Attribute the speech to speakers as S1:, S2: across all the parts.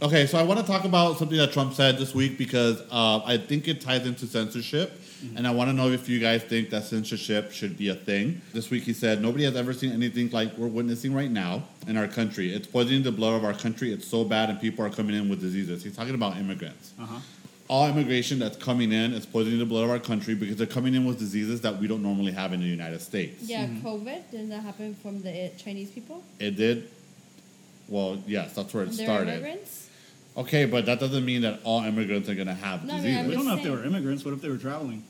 S1: Okay, so I want to talk about something that Trump said this week because uh, I think it ties into censorship. And I want to know if you guys think that censorship should be a thing. This week he said, Nobody has ever seen anything like we're witnessing right now in our country. It's poisoning the blood of our country. It's so bad, and people are coming in with diseases. He's talking about immigrants. All immigration that's coming in is poisoning the blood of our country because they're coming in with diseases that we don't normally have in the United States.
S2: Yeah, COVID didn't that happen from the uh, Chinese people?
S1: It did. Well, yes, that's where it
S2: They're
S1: started.
S2: immigrants.
S1: Okay, but that doesn't mean that all immigrants are going to have
S2: No, I mean,
S1: diseases.
S2: I'm
S3: We don't know if they
S2: saying.
S3: were immigrants. What if they were traveling?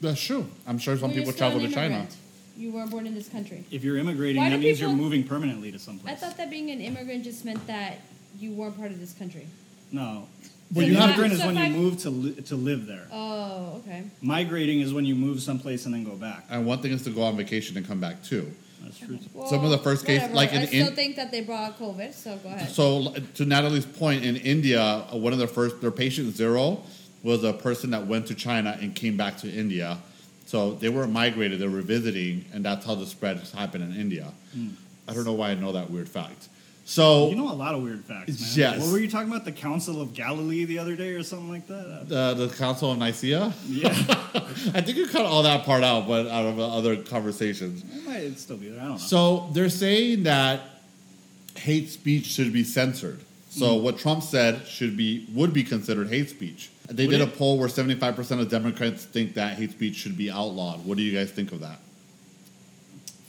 S1: That's true. I'm sure some
S2: Well, you're
S1: people
S2: still
S1: travel to
S2: an
S1: China.
S2: immigrant. You were born in this country.
S3: If you're immigrating,
S2: Why
S3: that
S2: do
S3: means you're
S2: people-
S3: moving permanently to
S2: I
S3: someplace.
S2: thought that being an immigrant just meant that you weren't part of this country.
S3: no.
S2: Well,
S3: An
S2: you have-
S3: immigrant is
S2: So
S3: when
S2: if
S3: you
S2: I-
S3: move to li- to live there.
S2: Oh, okay.
S3: Migrating is when you move someplace and then go back.
S1: And one thing is to go on vacation and come back too.
S3: That's true.
S1: Some of the first case-
S2: whatever.
S1: like
S2: I
S1: in-
S2: still
S1: in-
S2: think that they brought COVID. So go ahead.
S1: So to Natalie's point, in India, uh, one of their first their patient zero was a person that went to China and came back to India. So they weren't migrated; they were visiting, and that's how the spread happened in India. I don't know why I know that weird fact. So
S3: Hmm. You know a lot of weird facts, man.
S1: Yes.
S3: What were you talking about? The Council of Galilee the other day or something like that? Uh,
S1: the, the Council of Nicaea.
S3: yeah.
S1: I think you cut all that part out, but out of uh, other conversations.
S3: Uh, it might still be there. I don't know.
S1: So they're saying that hate speech should be censored. So what Trump said should be would be considered hate speech. They
S3: Would
S1: did a
S3: it?
S1: poll where seventy five percent of Democrats think that hate speech should be outlawed. What do you guys think of that?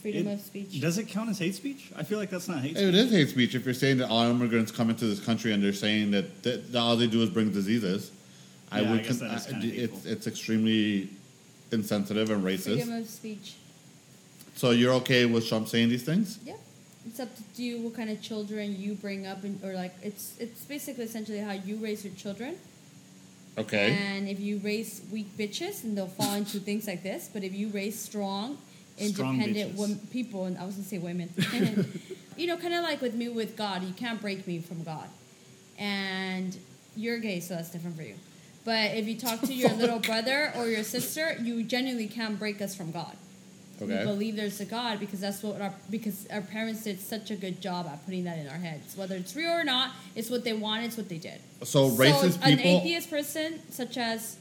S2: Freedom
S3: It-
S2: of speech.
S3: Does it count as hate speech? I feel like that's not hate speech.
S1: It is hate speech if you're saying that all immigrants come into this country and they're saying that, that all they do is bring diseases.
S3: Yeah, I guess that is kinda
S1: it's
S3: hateful.
S1: it's extremely insensitive and racist.
S2: Freedom of speech.
S1: so you're okay with Trump saying these things?
S2: Yeah. It's up to you what kind of children you bring up, and or like it's it's basically essentially how you raise your children.
S1: Okay.
S2: And if you raise weak bitches, and they'll fall into things like this. But if you raise strong,
S3: Strong
S2: independent
S3: bitches.
S2: wom- people, and I was gonna say women, you know, kind of like with me with God, you can't break me from God. And you're gay, so that's different for you. But if you talk to your little brother or your sister, you genuinely can't break us from God.
S1: Okay.
S2: We believe there's a God because that's what our because our parents did such a good job at putting that in our heads. Whether it's real or not, it's what they wanted, it's what they did.
S1: So racist
S2: an
S1: people-
S2: atheist person, such as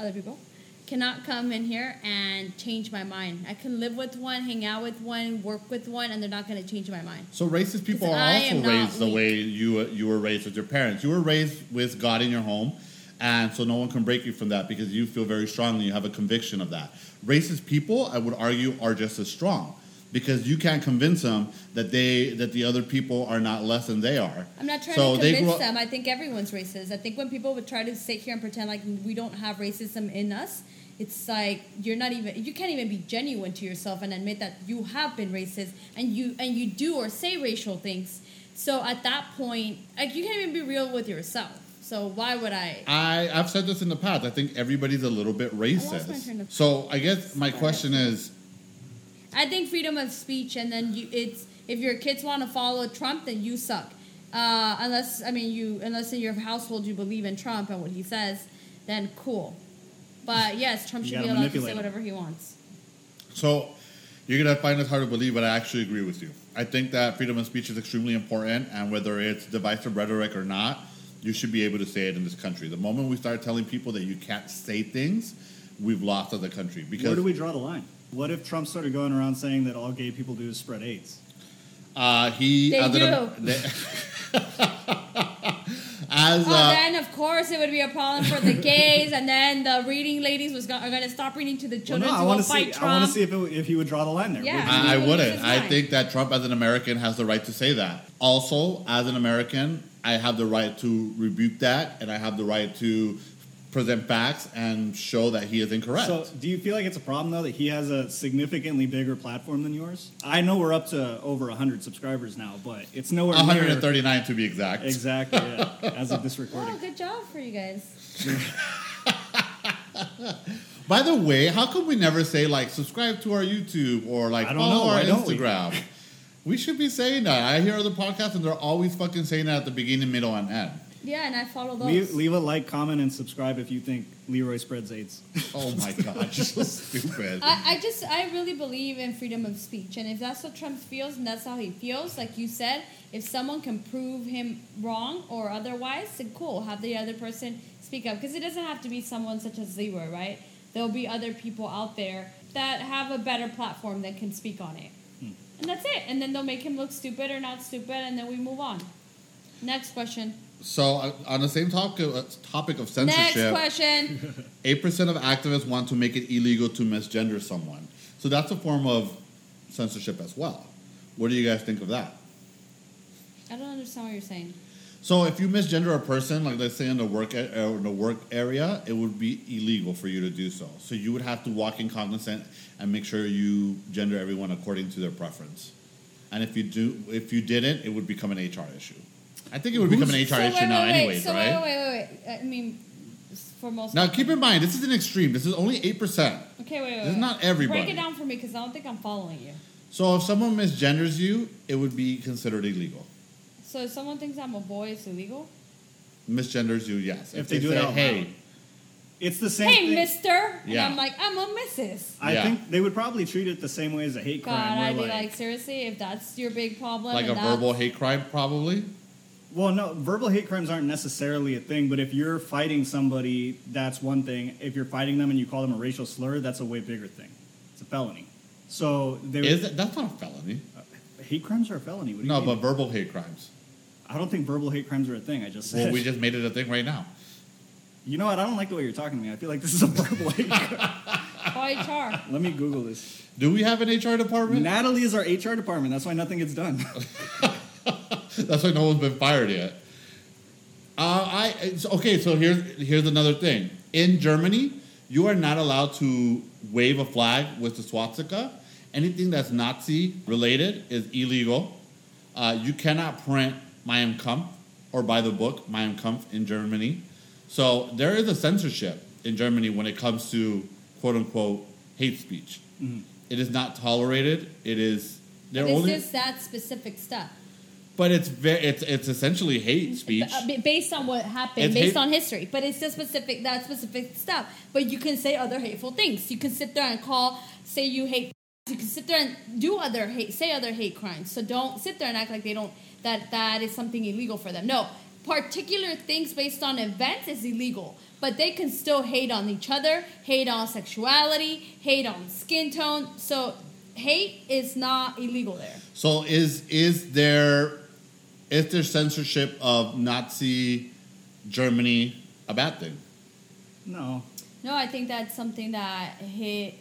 S2: other people, cannot come in here and change my mind. I can live with one, hang out with one, work with one, and they're not going to change my mind.
S1: So racist people
S2: Because
S1: are
S2: I am
S1: also
S2: not
S1: raised the
S2: weak.
S1: way you you were raised with your parents. You were raised with God in your home, and so no one can break you from that because you feel very strongly. You have a conviction of that. Racist people, I would argue, are just as strong because you can't convince them that they that the other people are not less than they are.
S2: I'm not trying
S1: So
S2: to
S1: they
S2: convince
S1: grew up-
S2: them. I think everyone's racist. I think when people would try to sit here and pretend like we don't have racism in us, it's like you're not even you can't even be genuine to yourself and admit that you have been racist and you and you do or say racial things. So at that point, like you can't even be real with yourself. So why would I?
S1: I, I've said this in the past. I think everybody's a little bit
S2: lost my train
S1: racist.
S2: of-
S1: So I guess my
S2: Sorry.
S1: question is,
S2: I think freedom of speech, and then you, it's if your kids want to follow Trump, then you suck. Uh, unless I mean you, unless in your household you believe in Trump and what he says, then cool. But yes, Trump
S3: You
S2: should
S3: gotta
S2: be allowed to
S3: manipulate
S2: say
S3: him.
S2: whatever he wants.
S1: So you're gonna find this hard to believe, but I actually agree with you. I think that freedom of speech is extremely important, and whether it's divisive rhetoric or not, you should be able to say it in this country. The moment we start telling people that you can't say things, we've lost as a country.
S3: Where
S1: Because
S3: do we draw the line? What if Trump started going around saying that all gay people do is spread AIDS?
S1: uh, he
S2: They
S1: as an Am-
S2: do.
S1: they- as
S2: Oh,
S1: uh,
S2: then of course it would be a problem for the gays, and then the reading ladies was go- are going to stop reading to the
S3: Well,
S2: children
S3: no, I
S2: to
S3: want
S2: go
S3: to see.
S2: fight
S3: I
S2: Trump.
S3: want to see if, it, if he would draw the line there.
S2: Yeah.
S3: Would
S1: I, I
S2: He loses
S1: wouldn't.
S2: his
S1: I
S2: mind.
S1: think that Trump, as an American, has the right to say that. Also, as an American, I have the right to rebuke that, and I have the right to present facts and show that he is
S3: he-
S1: incorrect.
S3: So, do you feel like it's a problem though that he has a significantly bigger platform than yours? I know we're up to over hundred subscribers now, but it's nowhere near
S1: 139 to be exact.
S3: Exactly. Yeah, as of this recording.
S2: Wow, Oh, good job for you guys.
S1: By the way, how come we never say like subscribe to our YouTube or like
S3: I don't
S1: follow
S3: know.
S1: our
S3: Why don't we?
S1: Instagram? We? should be saying that. I hear other podcasts and they're always fucking saying that at the beginning, middle, and end.
S2: Yeah, and I follow those.
S3: Leave, leave a like, comment, and subscribe if you think Leroy spreads AIDS.
S1: Oh my god, you're so stupid.
S2: I, I just I really believe in freedom of speech, and if that's what Trump feels and that's how he feels, like you said, if someone can prove him wrong or otherwise, then cool, have the other person speak up because it doesn't have to be someone such as Leroy, right? There'll be other people out there that have a better platform that can speak on it, and that's it. And then they'll make him look stupid or not stupid, and then we move on. Next question.
S1: So uh, on the same topic, uh, topic of
S2: Next
S1: censorship,
S2: question.
S1: eight percent of activists want to make it illegal to misgender someone. So that's a form of censorship as well. What do you guys think of that?
S2: I don't understand what you're saying.
S1: So if you misgender a person, like let's say in the work a- uh, in the work area, it would be illegal for you to do so. So you would have to walk in cognizant and make sure you gender everyone according to their preference. And if you do, if you didn't, it would become an HR issue. I think it would become an HR issue now, anyways,
S2: so
S1: right?
S2: wait, wait, wait, wait. I mean, s- for most.
S1: Now keep in mind, this is an extreme. This is only eight percent.
S2: okay, wait, wait.
S1: this is
S2: wait.
S1: not everybody.
S2: Break it down for me because I don't think I'm following you.
S1: So if someone misgenders you, it would be considered illegal.
S2: So if someone thinks I'm a boy, it's illegal.
S1: Misgenders you, yes.
S3: If they do it
S1: say,
S3: out loud.
S1: hey,
S3: It's the same
S2: Hey,
S3: thing.
S2: Mister.
S1: Yeah.
S2: And I'm like, I'm a Mrs.
S3: I
S1: Yeah.
S3: think they would probably treat it the same way as a hate
S2: God,
S3: crime.
S2: I'd
S3: where,
S2: be
S3: like,
S2: like, seriously, if that's your big problem,
S1: like a
S2: and
S1: verbal
S2: that's-
S1: hate crime, probably.
S3: well, no, verbal hate crimes aren't necessarily a thing, but if you're fighting somebody, that's one thing. If you're fighting them and you call them a racial slur, that's a way bigger thing. It's a felony. So they would,
S1: Is it, that's not a felony.
S3: hate crimes are a felony. What do you
S1: No,
S3: mean?
S1: but verbal hate crimes.
S3: I don't think verbal hate crimes are a thing. I just said.
S1: Well, we just made it a thing right now.
S3: you know what? I don't like the way you're talking to me. I feel like this is a verbal hate crime.
S2: Oh, HR.
S3: Let me Google this.
S1: Do we have an HR department?
S3: Natalie is our HR department. That's why nothing gets done.
S1: That's why no one's been fired yet. Uh, I it's, okay. So here's here's another thing. In Germany, you are not allowed to wave a flag with the swastika. Anything that's Nazi related is illegal. Uh, you cannot print Mein Kampf or buy the book Mein Kampf in Germany. So there is a censorship in Germany when it comes to quote unquote hate speech. It is not tolerated. It is. They're
S2: It's
S1: only,
S2: just that specific stuff,
S1: but it's very, it's it's essentially hate speech.
S2: Uh, b- based on what happened,
S1: It's
S2: based
S1: hate-
S2: on history. But it's just specific that specific stuff. But you can say other hateful things. You can sit there and call, say you hate. You can sit there and do other hate, say other hate crimes. So don't sit there and act like they don't that that is something illegal for them. No, particular things based on events is illegal. But they can still hate on each other, hate on sexuality, hate on skin tone. So hate is not illegal there.
S1: So is is there is there censorship of Nazi Germany a bad thing?
S3: no.
S2: No, I think that's something that hit.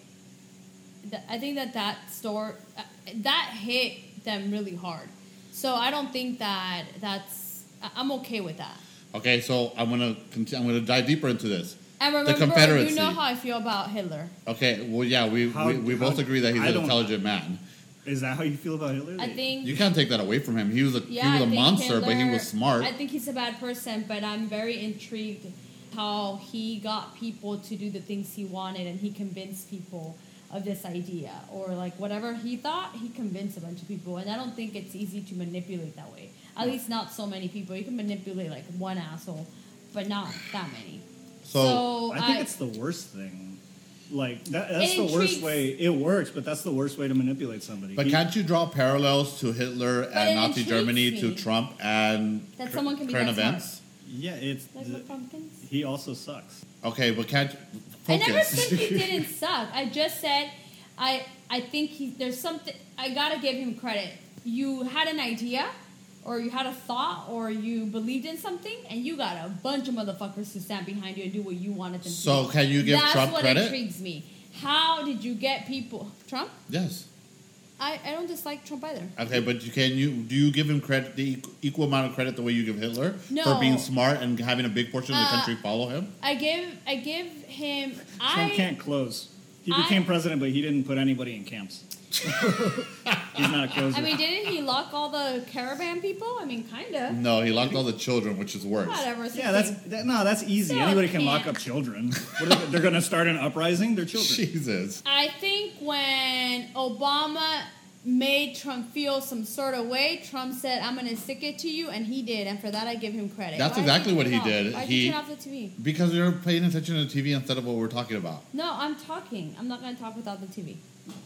S2: That, I think that that store uh, that hit them really hard. So I don't think that that's. I- I'm okay with that.
S1: Okay, so I'm gonna continue, I'm gonna dive deeper into this.
S2: And
S1: The
S2: remember,
S1: Confederacy.
S2: you know how I feel about Hitler.
S1: Okay, well yeah, we
S3: How-
S1: we, we
S3: how-
S1: both agree that he's
S3: I
S1: an
S3: don't-
S1: intelligent man.
S3: Is that how you feel about Hitler?
S2: I think.
S1: You can't take that away from him. He was a
S2: yeah,
S1: he was
S2: I
S1: a
S2: think
S1: monster, but he
S2: Hitler-
S1: was smart.
S2: I think he's a bad person, but I'm very intrigued how he got people to do the things he wanted, and he convinced people of this idea or like whatever he thought. He convinced a bunch of people, and I don't think it's easy to manipulate that way. At least not so many people. You can manipulate like one asshole, but not that many.
S1: So,
S2: so
S3: I think it's the worst thing. Like that, that's
S2: It
S3: the worst
S2: intrigues-
S3: way. It works, but that's the worst way to manipulate somebody.
S1: but
S3: He-
S1: can't you draw parallels to Hitler
S2: it
S1: and Nazi
S2: intrigues
S1: Germany
S2: me.
S1: to Trump and
S2: That
S1: cur-
S2: someone can be
S1: current
S2: that smart.
S1: events?
S3: yeah, it's
S2: like
S3: th-
S2: what pumpkins.
S3: he also sucks.
S1: Okay, but can't focus.
S2: I never said he didn't suck. I just said I I think he there's something I gotta give him credit. You had an idea or you had a thought or you believed in something and you got a bunch of motherfuckers to stand behind you and do what you wanted them to
S1: So
S2: do.
S1: can you give
S2: That's
S1: Trump
S2: what
S1: credit?
S2: intrigues me. How did you get people Trump?
S1: yes.
S2: I, I don't dislike Trump either.
S1: Okay, but you can you do you give him credit the equ- equal amount of credit the way you give Hitler for
S2: No.
S1: being smart and having a big portion of the
S2: Uh,
S1: country follow him?
S2: I give I give him I
S3: Trump can't close. He
S2: I-
S3: became president, but he didn't put anybody in camps. He's not a closer.
S2: I mean didn't he lock all the caravan people? I mean kinda.
S1: No, he locked all the children, which is worse.
S2: Whatever. it's
S3: Mm. yeah,
S2: okay.
S3: that's that, no, that's easy.
S2: Still
S3: Anybody can
S2: can't.
S3: lock up children. What are they, they're going to start an uprising. They're children.
S1: Jesus.
S2: I think when Obama made Trump feel some sort of way. Trump said, "I'm gonna stick it to you," and he did, and for that I give him credit.
S1: That's
S2: Why
S1: exactly what
S2: turn
S1: he
S2: off?
S1: did.
S2: Why did
S1: He-
S2: you turn off the TV?
S1: Because you're paying attention to the TV instead of what we're talking about.
S2: No, I'm talking. I'm not gonna talk without the TV.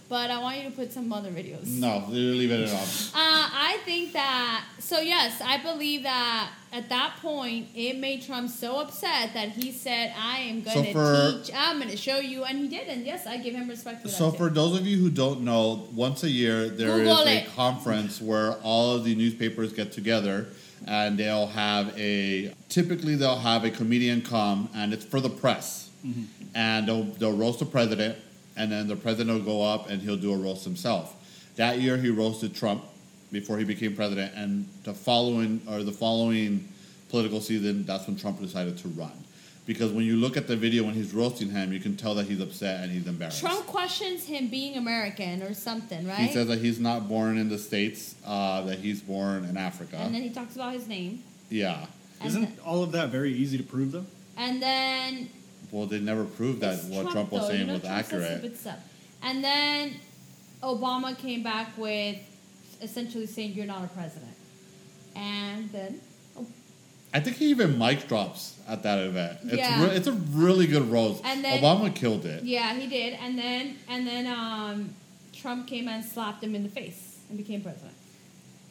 S2: But I want you to put some other videos.
S1: No, you're leaving it off.
S2: Uh, I think that so. Yes, I believe that at that point it made Trump so upset that he said, "I am
S1: So
S2: going to
S1: for-
S2: teach. I'm going to show you,wn and he did. And yes, I give him respect for that.
S1: So
S2: too.
S1: for those of you who don't know, once a year there is
S2: Google
S1: a
S2: it.
S1: conference where all of the newspapers get together and they'll have a typically they'll have a comedian come and it's for the press. And they'll, they'll roast the president and then the president will go up and he'll do a roast himself. That year he roasted Trump before he became president and the following or the following political season that's when Trump decided to run. Because when you look at the video when he's roasting him, you can tell that he's upset and he's embarrassed.
S2: Trump questions him being American or something, right?
S1: He says that he's not born in the states. Uh, that he's born in Africa.
S2: and then he talks about his name,
S1: yeah.
S2: and
S3: Isn't all of that very easy to prove, though?
S2: and then
S1: Well, they never proved that
S2: It's
S1: what Trump, was
S2: though.
S1: saying
S2: you know,
S1: was
S2: Trump says
S1: accurate.
S2: stupid stuff. And then Obama came back with essentially saying, "You're not a president," and then. oh,
S1: I think he even mic drops at that event. It's
S2: Yeah.
S1: re- it's a really good roast.
S2: And then-
S1: Obama killed it.
S2: Yeah, he did, and then and then um, Trump came and slapped him in the face and became president.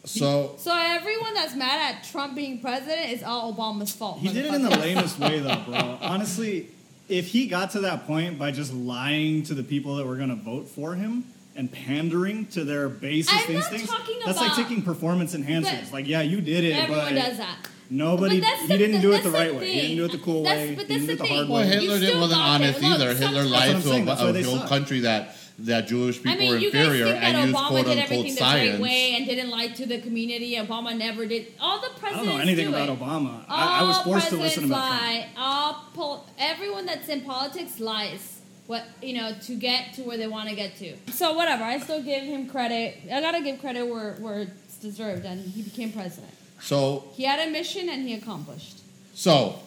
S1: So
S2: So everyone that's mad at Trump being president is all Obama's fault.
S3: He did it in the
S2: motherfucker.
S3: lamest way, though, bro. Honestly, if he got to that point by just lying to the people that were going to vote for him and pandering to their basis
S2: I'm not
S3: instincts,
S2: talking
S3: that's like
S2: about-
S3: taking performance enhancers.
S2: But-
S3: Like, yeah, you did it,
S2: Everyone
S3: but
S2: does that.
S3: nobody.
S2: But that's
S3: he
S2: the-
S3: didn't do it
S2: that's
S3: the
S2: the
S3: right way. He didn't
S2: thing.
S3: do it the cool
S2: That's-
S3: way.
S2: but
S3: He
S2: that's
S3: didn't do
S2: the
S3: it the
S2: thing.
S3: hard
S1: well,
S2: You
S3: way.
S1: Hitler
S2: still
S1: didn't wasn't
S2: got
S1: honest
S2: it. Look,
S1: either. Hitler
S2: sometimes-
S1: lied
S3: That's
S1: to
S3: what I'm saying.
S1: a,
S3: That's why
S1: a
S3: they
S1: whole
S3: suck.
S1: country that that Jewish people
S2: I mean,
S1: were
S2: you guys
S1: inferior
S2: think that
S1: and used
S2: Obama
S1: quote
S2: did
S1: unquote
S2: everything the
S1: science.
S2: right way and didn't lie to the community. Obama never did. All the
S3: I
S2: presidents
S3: don't know anything
S2: do
S3: about
S2: it.
S3: Obama.
S2: All
S3: I, I was forced to
S2: presidents
S3: listen about Trump.
S2: lie. All pol- everyone that's in politics lies. What you know to get to where they want to get to. So whatever, I still give him credit. I gotta give credit where where it's deserved, and he became president.
S1: So
S2: He had a mission, and he accomplished.
S1: So,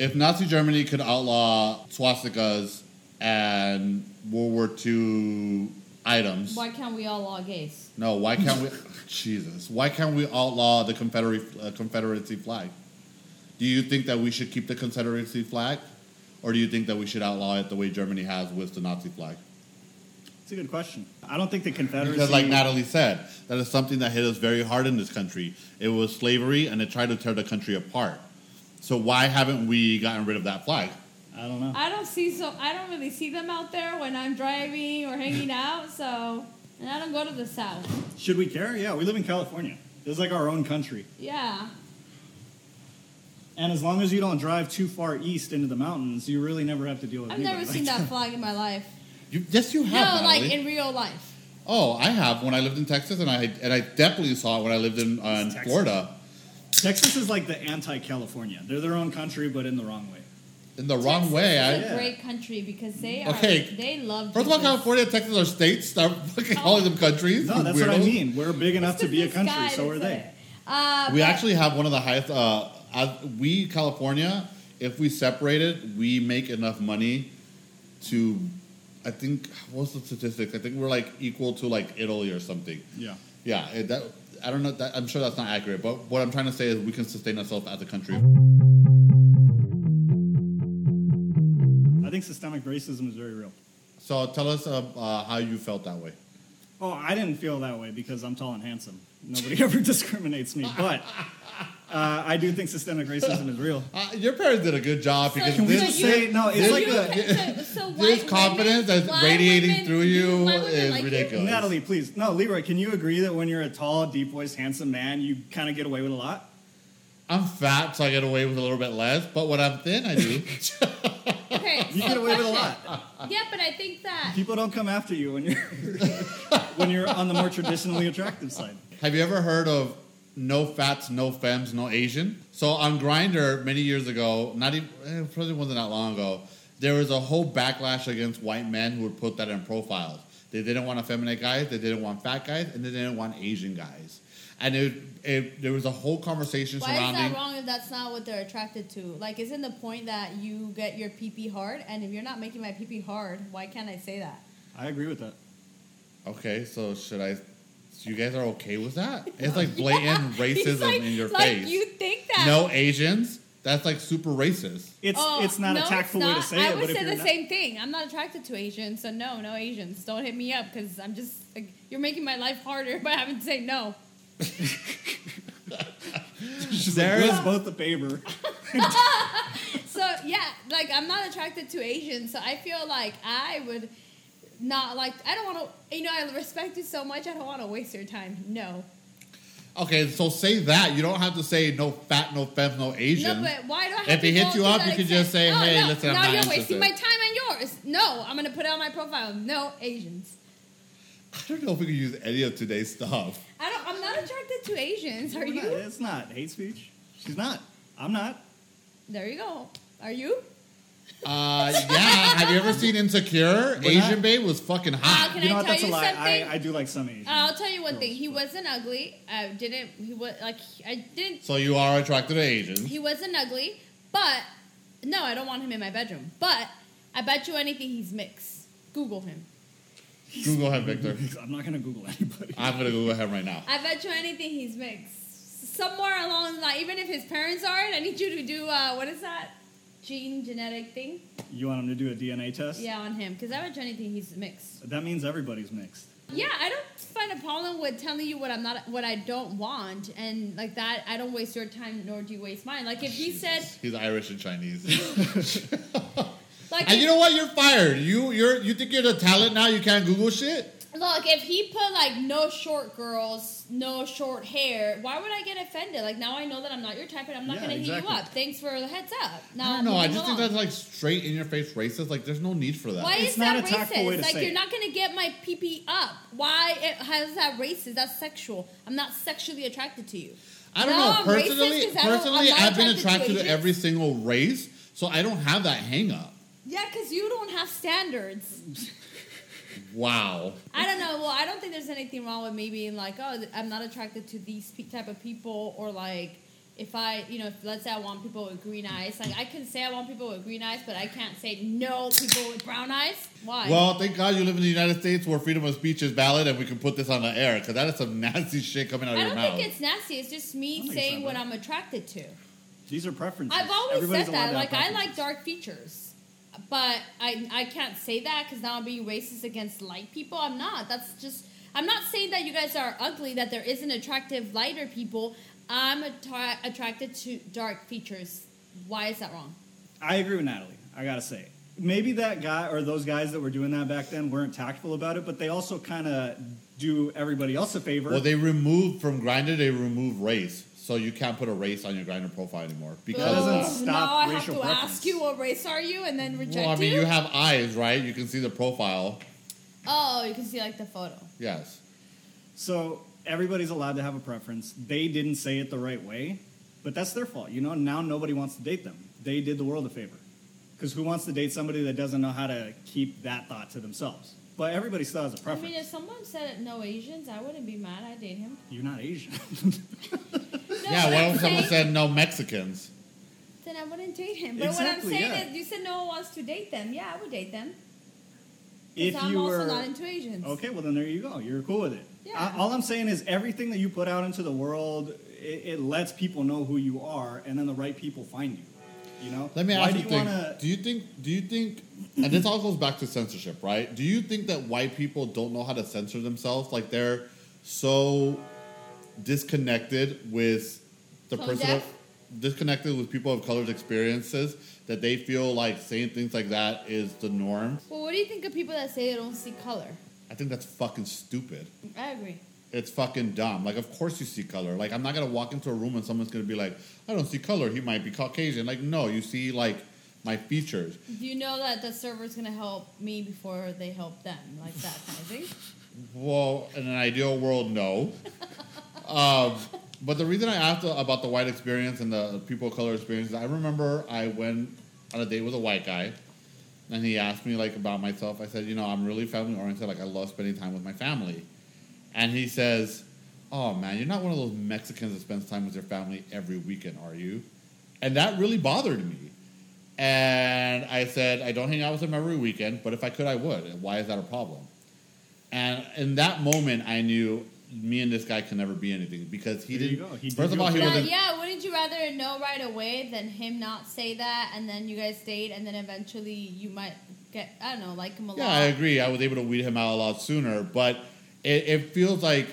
S1: if Nazi Germany could outlaw swastikas and World War II items,
S2: Why can't we all log gays?
S1: no, why can't we? Jesus, why can't we outlaw the Confederate uh, Confederacy flag? Do you think that we should keep the Confederacy flag, or do you think that we should outlaw it the way Germany has with the Nazi flag?
S3: It's a good question. I don't think the Confederacy.
S1: Because, like Natalie said, that is something that hit us very hard in this country. It was slavery, and it tried to tear the country apart. So why haven't we gotten rid of that flag?
S3: I don't know.
S2: I don't see so. I don't really see them out there when I'm driving or hanging out. So, and I don't go to the south.
S3: Should we care? Yeah, we live in California. This is like our own country.
S2: Yeah.
S3: And as long as you don't drive too far east into the mountains, you really never have to deal with.
S2: I've
S3: anybody
S2: never
S3: like
S2: seen that flag in my life.
S1: You, yes, you
S2: No,
S1: have.
S2: like
S1: Natalie.
S2: in real life.
S1: Oh, I have when I lived in Texas, and I and I definitely saw it when I lived in, uh, in
S3: Texas.
S1: Florida
S3: Texas is like the anti-California. They're their own country, but in the wrong way.
S1: in the wrong
S2: Texas
S1: way.
S2: Is a
S1: I,
S3: Yeah.
S2: great country because they
S1: Okay.
S2: are. They love.
S1: first of all,
S2: Jesus.
S1: California and Texas are states. Start fucking calling them countries.
S3: No,
S1: you
S3: that's what I
S1: weirdos.
S3: mean. We're big enough to be a
S2: This guy
S3: country, so
S2: that
S3: are
S2: said
S3: they.
S2: it. Uh,
S1: We
S2: but-
S1: actually have one of the highest. Uh, as we California, if we separated, we make enough money to. I think what's the statistic? I think we're like equal to like Italy or something.
S3: Yeah.
S1: Yeah, it, that I don't know. That, I'm sure that's not accurate, but what I'm trying to say is we can sustain ourselves as a country.
S3: I think systemic racism is very real.
S1: So tell us uh, uh, how you felt that way.
S3: Oh, I didn't feel that way because I'm tall and handsome. Nobody ever discriminates me, but uh, I do think systemic racism is real.
S1: Uh, your parents did a good job because
S3: Can we
S1: this,
S3: just say- no, it's
S2: you
S1: like
S2: can- so, so white
S1: this
S2: women-
S1: confidence
S2: why
S1: that's radiating
S2: women-
S1: through you
S2: why women
S1: is
S2: like you?
S1: ridiculous.
S3: Natalie, please. No, Leroy, can you agree that when you're a tall, deep voiced, handsome man, you kind of get away with a lot?
S1: I'm fat, so I get away with a little bit less. But when I'm thin, I do.
S2: Okay,
S3: You
S2: so
S3: get away with a
S2: question.
S3: lot.
S2: Yeah, but I think that
S3: People don't come after you when you're when you're on the more traditionally attractive side.
S1: Have you ever heard of no fats, no femmes, no Asian? So on Grinder many years ago, not even eh, probably wasn't that long ago, there was a whole backlash against white men who would put that in profiles. They didn't want effeminate guys, they didn't want fat guys, and they didn't want Asian guys. And it, it, there was a whole conversation
S2: why is
S1: surrounding.
S2: that wrong if that's not what they're attracted to? Like, isn't the point that you get your PP hard? And if you're not making my PP hard, why can't I say that?
S3: I agree with that.
S1: Okay, so should I you guys are okay with that? It's like blatant racism
S2: He's like,
S1: in your
S2: like,
S1: face.
S2: you think that?
S1: no Asians. That's like super racist.
S3: It's
S2: Oh,
S3: it's not
S2: no,
S3: a tactful way to
S2: not.
S3: say
S2: I
S3: it,
S2: would
S3: but if
S2: say
S3: you're
S2: the
S3: not,
S2: same thing. I'm not attracted to Asians, so no, no Asians. Don't hit me up because I'm just like you're making my life harder by having to say no.
S1: There
S3: it's
S1: is-
S3: both the paper.
S2: So yeah, like I'm not attracted to Asians, so I feel like I would not like. I don't want to. You know, I respect you so much. I don't want to waste your time. No.
S1: Okay, so say that. You don't have to say no fat, no femme, no Asian.
S2: No, but why do I have
S1: If
S2: to
S1: he
S2: go
S1: hits you
S2: to
S1: up,
S2: that
S1: you can just say,
S2: extent? oh,
S1: "Hey,
S2: no,
S1: listen, I'm
S2: now
S1: not
S2: you're wasting my
S1: interested."
S2: time and yours. No, I'm gonna put it on my profile. No Asians.
S1: I don't know if we can use any of today's stuff.
S2: I don't. I'm not attracted to Asians. Are
S3: We're not-
S2: you?
S3: It's not hate speech. She's not. I'm not.
S2: There you go. Are you?
S1: Uh, yeah. have you ever seen Insecure?
S3: We're
S1: Asian
S3: not-
S1: babe was fucking hot.
S2: Ah, Can
S3: you know
S2: I
S3: what?
S2: tell
S3: That's a
S2: you
S3: lie.
S2: something?
S3: I, I do like some Asians.
S2: Uh, I'll tell you one
S3: Girls,
S2: thing. He wasn't ugly. I didn't. He was like. I didn't.
S1: so you are attracted to Asians.
S2: He wasn't ugly, but no, I don't want him in my bedroom. But I bet you anything, he's mixed. Google him.
S1: Google him, Victor.
S3: I'm not gonna Google anybody.
S1: I'm gonna Google him right now.
S2: I bet you anything he's mixed. Somewhere along the line, even if his parents aren't, I need you to do uh, what is that gene genetic thing?
S3: You want him to do a DNA test?
S2: Yeah, on him because I bet you anything he's mixed.
S3: That means everybody's mixed.
S2: Yeah, I don't find a problem with telling you what I'm not, what I don't want, and like that, I don't waste your time nor do you waste mine. Like if he said,
S1: He's Irish and Chinese.
S2: like
S1: and
S2: if-
S1: you know what? You're fired. You you're you think you're the talent now? You can't Google shit.
S2: Look, if he put like no short girls, no short hair, why would I get offended? Like now I know that I'm not your type, and I'm not
S3: Yeah,
S2: gonna hit
S3: exactly.
S2: you up. Thanks for the heads up. Now
S1: I don't know. I
S2: moving
S1: just think
S2: along.
S1: that's like straight in your face racist. Like there's no need for that.
S2: why
S3: Uh, It's
S2: is
S3: not
S2: that
S3: a tactful
S2: racist?
S3: way to
S2: like
S3: say
S2: you're
S3: it.
S2: not gonna get my PP up. Why? It, how is that racist? That's sexual. I'm not sexually attracted to you.
S1: I don't
S2: No,
S1: know.
S2: I'm
S1: Personally,
S2: racist 'cause I don't-
S1: personally,
S2: I'm not
S1: I've been
S2: attracted to
S1: attracted to
S2: Asians.
S1: every single race, so I don't have that hang up.
S2: Yeah, because you don't have standards.
S1: Wow.
S2: I don't know. Well, I don't think there's anything wrong with me being like, oh, I'm not attracted to these pe- type of people, or like, if I, you know, if, let's say I want people with green eyes, like I can say I want people with green eyes, but I can't say no people with brown eyes. Why?
S1: Well, thank God you live in the United States where freedom of speech is valid and we can put this on the air because that is some nasty shit coming out of
S2: I
S1: your
S2: don't
S1: mouth.
S2: think it's nasty. It's just
S3: I
S2: me
S3: don't think
S2: saying
S3: so,
S2: what
S3: but-
S2: I'm attracted to.
S3: These are preferences.
S2: I've always
S3: Everybody's
S2: said
S3: allowed
S2: that.
S3: to have
S2: Like, I like
S3: preferences.
S2: dark features, but I I can't say that because now I'm being racist against light people. I'm not. That's just. I'm not saying that you guys are ugly. That there isn't attractive lighter people. I'm attra- attracted to dark features. Why is that wrong?
S3: I agree with Natalie. I gotta say, maybe that guy or those guys that were doing that back then weren't tactful about it, but they also kind of do everybody else a favor.
S1: well, they removed from Grinder, they removed race. So you can't put a race on your Grinder profile anymore
S3: That
S1: because
S3: doesn't
S2: Ugh,
S3: stop
S2: now I have to
S3: racial
S2: ask
S3: preference.
S2: you what race are you, and then reject
S1: well, I mean,
S2: you.
S1: you have eyes, right? You can see the profile.
S2: oh, you can see like the photo.
S1: Yes.
S3: so everybody's allowed to have a preference. They didn't say it the right way, but that's their fault. You know, now nobody wants to date them. They did the world a favor. Because who wants to date somebody that doesn't know how to keep that thought to themselves? But everybody still has a
S2: I
S3: preference.
S2: mean, if someone said no Asians, I wouldn't be mad. I date him.
S3: You're not Asian.
S2: No,
S1: yeah.
S2: but
S1: What
S2: I'm
S1: if someone
S2: saying-
S1: said no Mexicans?
S2: Then I wouldn't date him. But what I'm
S3: Exactly,
S2: saying
S3: yeah.
S2: is, you said no one wants to date them. Yeah, I would date them.
S3: if
S2: Because I'm
S3: you
S2: also
S3: were
S2: not into Asians.
S3: Okay, well then there you go. You're cool with it.
S2: Yeah.
S3: I- all I'm saying is everything that you put out into the world, it, it lets people know who you are, and then the right people find you. You know.
S1: Let me
S3: Why
S1: ask
S3: do
S1: you
S3: you
S1: a thing.
S3: wanna-
S1: Do you think? Do you think? And this all goes back to censorship, right? Do you think that white people don't know how to censor themselves? Like they're so disconnected with the
S2: Tone
S1: person,
S2: deaf?
S1: disconnected with people of color's experiences that they feel like saying things like that is the norm.
S2: Well, what do you think of people that say they don't see color?
S1: I think that's fucking stupid.
S2: I agree.
S1: It's fucking dumb. Like, of course you see color. Like, I'm not gonna walk into a room and someone's gonna be like, "I don't see color. He might be Caucasian." Like, no, you see like my features.
S2: Do you know that the server's gonna help me before they help them, like that kind of thing?
S1: Well, in an ideal world, no. um, but the reason I asked about the white experience and the people of color experience is I remember I went on a date with a white guy, and he asked me like about myself. I said, you know, I'm really family oriented. Like I love spending time with my family, and he says, "Oh man, you're not one of those Mexicans that spends time with your family every weekend, are you?" And that really bothered me. And I said, I don't hang out with him every weekend, but if I could, I would. Why is that a problem? And in that moment, I knew me and this guy can never be anything because he
S3: There you
S1: didn't.
S3: go. He
S1: first
S3: did
S1: of all, he
S3: you a
S2: Yeah,
S1: wasn't.
S2: yeah, wouldn't you rather know right away than him not say that and then you guys date and then eventually you might get, I don't know, like him a
S1: Yeah,
S2: lot?
S1: I agree. I was able to weed him out a lot sooner, but it, it feels like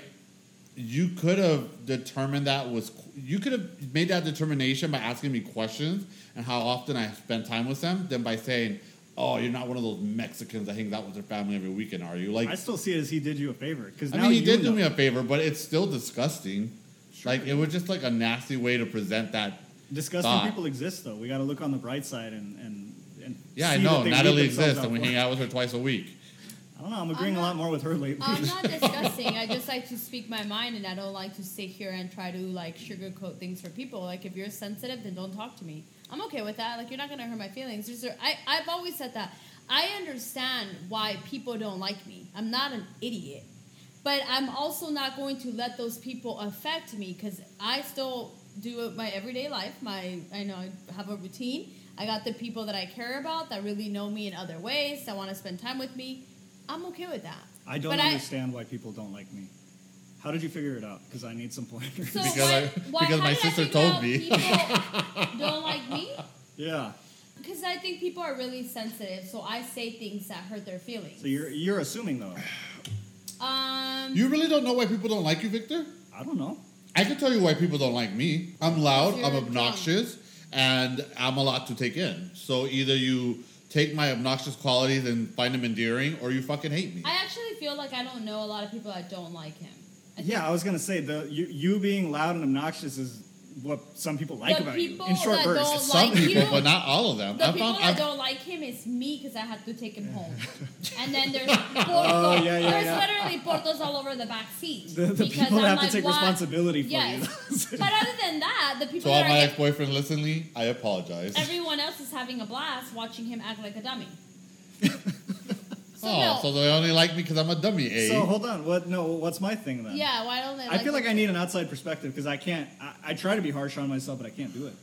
S1: you could have determined that was you could have made that determination by asking me questions and how often I spend time with them than by saying, "Oh, you're not one of those Mexicans that hangs out with their family every weekend, are you?" Like,
S3: I still see it as he did you a favor because
S1: I
S3: now
S1: mean, he
S3: you
S1: did
S3: know.
S1: do me a favor, but it's still disgusting. Like, it was just like a nasty way to present that.
S3: Disgusting
S1: thought.
S3: people exist though. We got to look on the bright side and and, and
S1: Yeah, I
S3: see
S1: know.
S3: that they weed
S1: Natalie
S3: themselves
S1: exists, and we
S3: for
S1: hang
S3: it.
S1: out with her twice a week.
S3: I don't know. I'm agreeing
S2: I'm
S3: a lot
S2: not-
S3: more with her lately.
S2: I'm not discussing. I just like to speak my mind, and I don't like to sit here and try to like sugarcoat things for people. Like if you're sensitive, then don't talk to me. I'm okay with that. Like you're not gonna hurt my feelings. There's a, I, I've always said that. I understand why people don't like me. I'm not an idiot, but I'm also not going to let those people affect me because I still do my everyday life. My I know I have a routine. I got the people that I care about that really know me in other ways that want to spend time with me. I'm okay with that.
S3: I don't
S2: But
S3: understand why people don't like me. How did you figure it out? Because I need some pointers.
S2: So
S1: Because
S2: why,
S1: I-
S2: why,
S1: because
S2: how
S1: my
S2: did I
S1: sister
S2: figure
S1: told
S2: out
S1: me.
S2: people don't like me
S3: yeah.
S2: because I think people are really sensitive, so I say things that hurt their feelings.
S3: So you're you're assuming though.
S2: um,
S1: You really don't know why people don't like you, Victor?
S3: I don't know.
S1: I can tell you why people don't like me. I'm loud,
S2: You're
S1: I'm
S2: a drunk.
S1: obnoxious, and I'm a lot to take in. So either you take my obnoxious qualities and find them endearing, or you fucking hate me.
S2: I actually feel like I don't know a lot of people that don't like him. I think
S3: Yeah, I was gonna say the you, you being loud and obnoxious is what some people like
S2: The
S3: about
S2: people
S3: you in short
S2: that
S3: bursts.
S2: don't
S1: Some
S2: like
S1: people,
S2: you.
S1: but not all of them.
S2: The
S1: I
S2: people
S1: found
S2: that
S1: I've-
S2: don't like him is me because I have to take him home. And then there's Porto.
S3: Oh, yeah, yeah,
S2: there's
S3: yeah.
S2: literally Portos all over the back seat.
S3: The, the
S2: because
S3: people
S2: I'm
S3: that have
S2: like,
S3: to take
S2: why-
S3: responsibility for
S2: Yes.
S3: you.
S2: but other than that, the
S1: to
S2: people
S1: all
S2: that are
S1: my
S2: getting-
S1: ex boyfriend listening, I apologize.
S2: everyone else is having a blast watching him act like a dummy. so,
S1: oh,
S2: no.
S1: so they only like me because I'm a dummy, eh?
S3: so hold on. What? No. What's my thing then?
S2: yeah, why don't they?
S3: I feel like I need an outside perspective because I can't. I, I try to be harsh on myself, but I can't do it.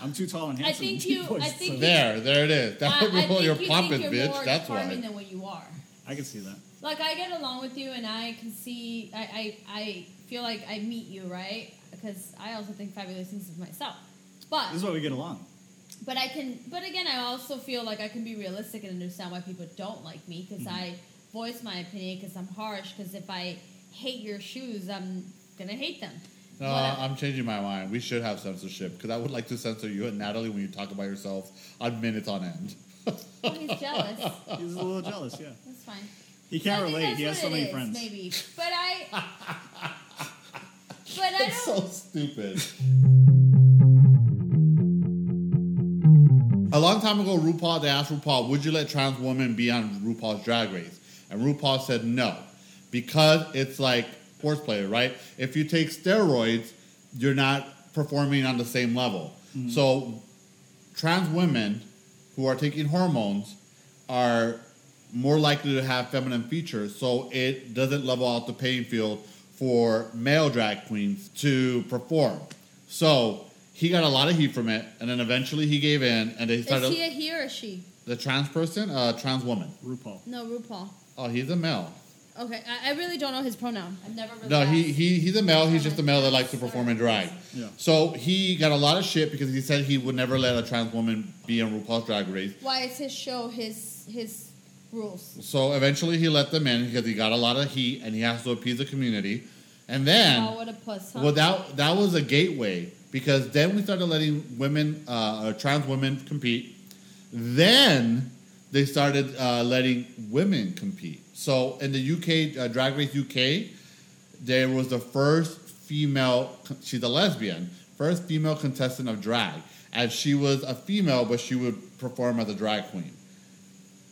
S3: I'm too tall and
S2: I
S3: handsome.
S2: think
S3: to
S2: you-
S3: be voiced,
S2: I think
S3: so-
S2: you-
S1: there, there it is. That's
S2: I, I
S1: what
S2: think
S1: you're
S2: you
S1: pompous,
S2: think you're more
S1: bitch. That's
S2: charming
S1: why.
S2: than what you are.
S3: I can see that.
S2: Like I get along with you, and I can see. I I, I feel like I meet you, right? Because I also think fabulous things of myself. But
S3: This is why we get along.
S2: but I can. But again, I also feel like I can be realistic and understand why people don't like me because I voice my opinion because I'm harsh. Because if I hate your shoes, I'm gonna hate them.
S1: No,
S2: Whatever.
S1: I'm changing my mind. We should have censorship because I would like to censor you and Natalie when you talk about yourselves on minutes on end.
S2: Oh, he's jealous.
S3: He's a little jealous. Yeah.
S2: That's fine.
S3: He can't
S2: I think
S3: relate.
S2: that's
S3: He has
S2: what
S3: so
S2: it
S3: many
S2: is,
S3: friends.
S2: Maybe, but I. but I
S1: It's so
S2: don't.
S1: stupid. A long time ago, RuPaul, they asked RuPaul, would you let trans women be on RuPaul's drag race? And RuPaul said no, because it's like sports player, right? If you take steroids, you're not performing on the same level. So trans women who are taking hormones are more likely to have feminine features, so it doesn't level out the playing field for male drag queens to perform. So he got a lot of heat from it, and then eventually he gave in, and they
S2: Is
S1: started
S2: he a he or a she?
S1: the trans person, uh, trans woman.
S3: RuPaul.
S2: No, RuPaul.
S1: Oh, he's a male.
S2: Okay, I, I really don't know his pronoun. I've never really.
S1: No, he,
S2: asked.
S1: he he's a male. He's just a male that likes to perform in drag.
S3: Yeah.
S1: So he got a lot of shit because he said he would never let a trans woman be in RuPaul's Drag Race.
S2: Why is his show his his rules?
S1: So eventually he let them in because he got a lot of heat and he has to appease the community. And then,
S2: oh, what a puss! Huh?
S1: well, that, that was a gateway because then we started letting women, uh, uh, trans women compete. Then they started uh, letting women compete. So in the UK, uh, Drag Race UK, there was the first female, she's a lesbian, first female contestant of drag. And she was a female, but she would perform as a drag queen.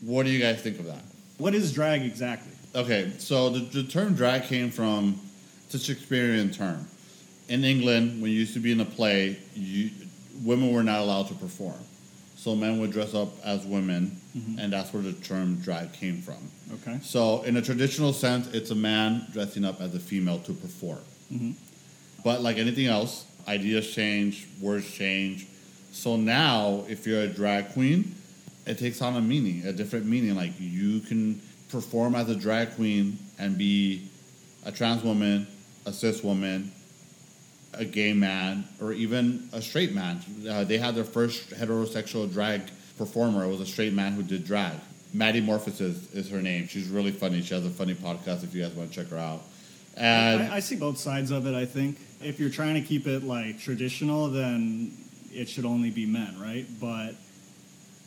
S1: What do you guys think of that?
S3: What is drag exactly?
S1: Okay, so the, the term drag came from it's a Shakespearean term. In England, when you used to be in a play, you, women were not allowed to perform. So men would dress up as women, and that's where the term drag came from.
S3: Okay.
S1: So, in a traditional sense, it's a man dressing up as a female to perform. But like anything else, ideas change, words change. So now, if you're a drag queen, it takes on a meaning, a different meaning. Like you can perform as a drag queen and be a trans woman a cis woman, a gay man, or even a straight man. Uh, they had their first heterosexual drag performer. It was a straight man who did drag. Maddie Morphosis is, is her name. She's really funny. She has a funny podcast if you guys want to check her out. And
S3: I, I see both sides of it. I think if you're trying to keep it like traditional, then it should only be men, right? But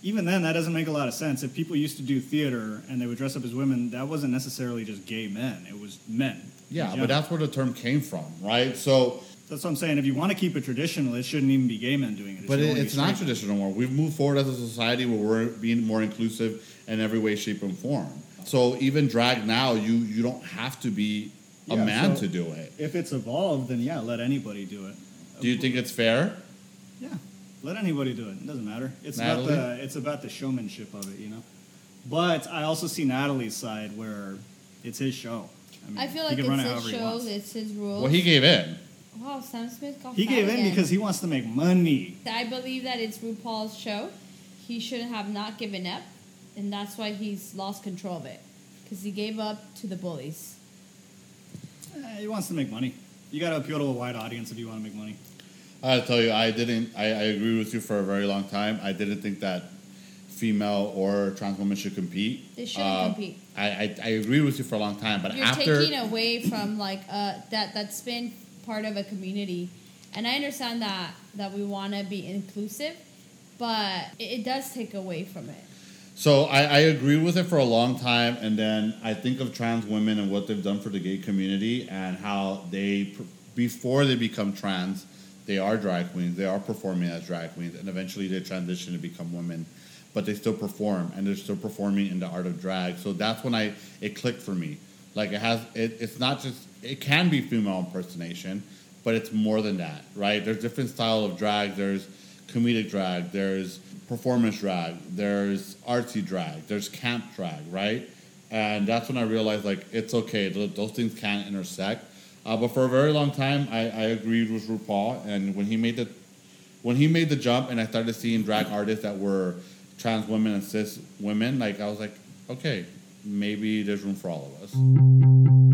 S3: even then, that doesn't make a lot of sense. If people used to do theater and they would dress up as women, that wasn't necessarily just gay men; it was men.
S1: yeah,
S3: in
S1: but
S3: general.
S1: that's where the term came from, right? So,
S3: that's what I'm saying. If you want to keep it traditional, it shouldn't even be gay men doing it. it
S1: but
S3: should
S1: it,
S3: only be
S1: it's not
S3: straight men.
S1: traditional anymore. We've moved forward as a society where we're being more inclusive in every way, shape, and form. So even drag now, you you don't have to be a
S3: Yeah,
S1: man
S3: so-
S1: to do it.
S3: If it's evolved, then yeah, let anybody do it.
S1: Do you think it's fair?
S3: Yeah, let anybody do it. It doesn't matter. It's about
S1: Natalie?
S3: the it's about the showmanship of it, you know. But I also see Natalie's side where it's his show. mean,
S2: I feel
S3: he
S2: like
S3: can
S2: it's
S3: run it
S2: his
S3: however he
S2: show.
S3: wants.
S2: It's his rules.
S1: Well, he gave in.
S2: wow, Sam Smith got
S3: He
S2: fat
S3: gave in
S2: again.
S3: because he wants to make money.
S2: I believe that it's RuPaul's show. He should have not given up, and that's why he's lost control of it because he gave up to the bullies.
S3: Eh, he wants to make money. You got to appeal to a wide audience if you want to make money.
S1: I tell you, I didn't. I, I agree with you for a very long time. I didn't think that female or trans women should compete.
S2: They shouldn't
S1: Uh,
S2: compete.
S1: I, I I agree with you for a long time, but
S2: You're
S1: after
S2: taking away from like uh, that that's been part of a community, and I understand that that we want to be inclusive, but it, it does take away from it.
S1: So I, I agree with it for a long time, and then I think of trans women and what they've done for the gay community and how they, pr- before they become trans, they are drag queens. They are performing as drag queens, and eventually they transition to become women, but they still perform and they're still performing in the art of drag. So that's when I it clicked for me. Like it has, it, it's not just it can be female impersonation, but it's more than that, right? There's different style of drag. There's comedic drag, there's performance drag, there's artsy drag, there's camp drag, right? And that's when I realized like it's okay; th- those things can intersect. Uh, but for a very long time, I, I agreed with RuPaul, and when he made the when he made the jump, and I started seeing drag artists that were trans women and cis women, like I was like, okay, maybe there's room for all of us.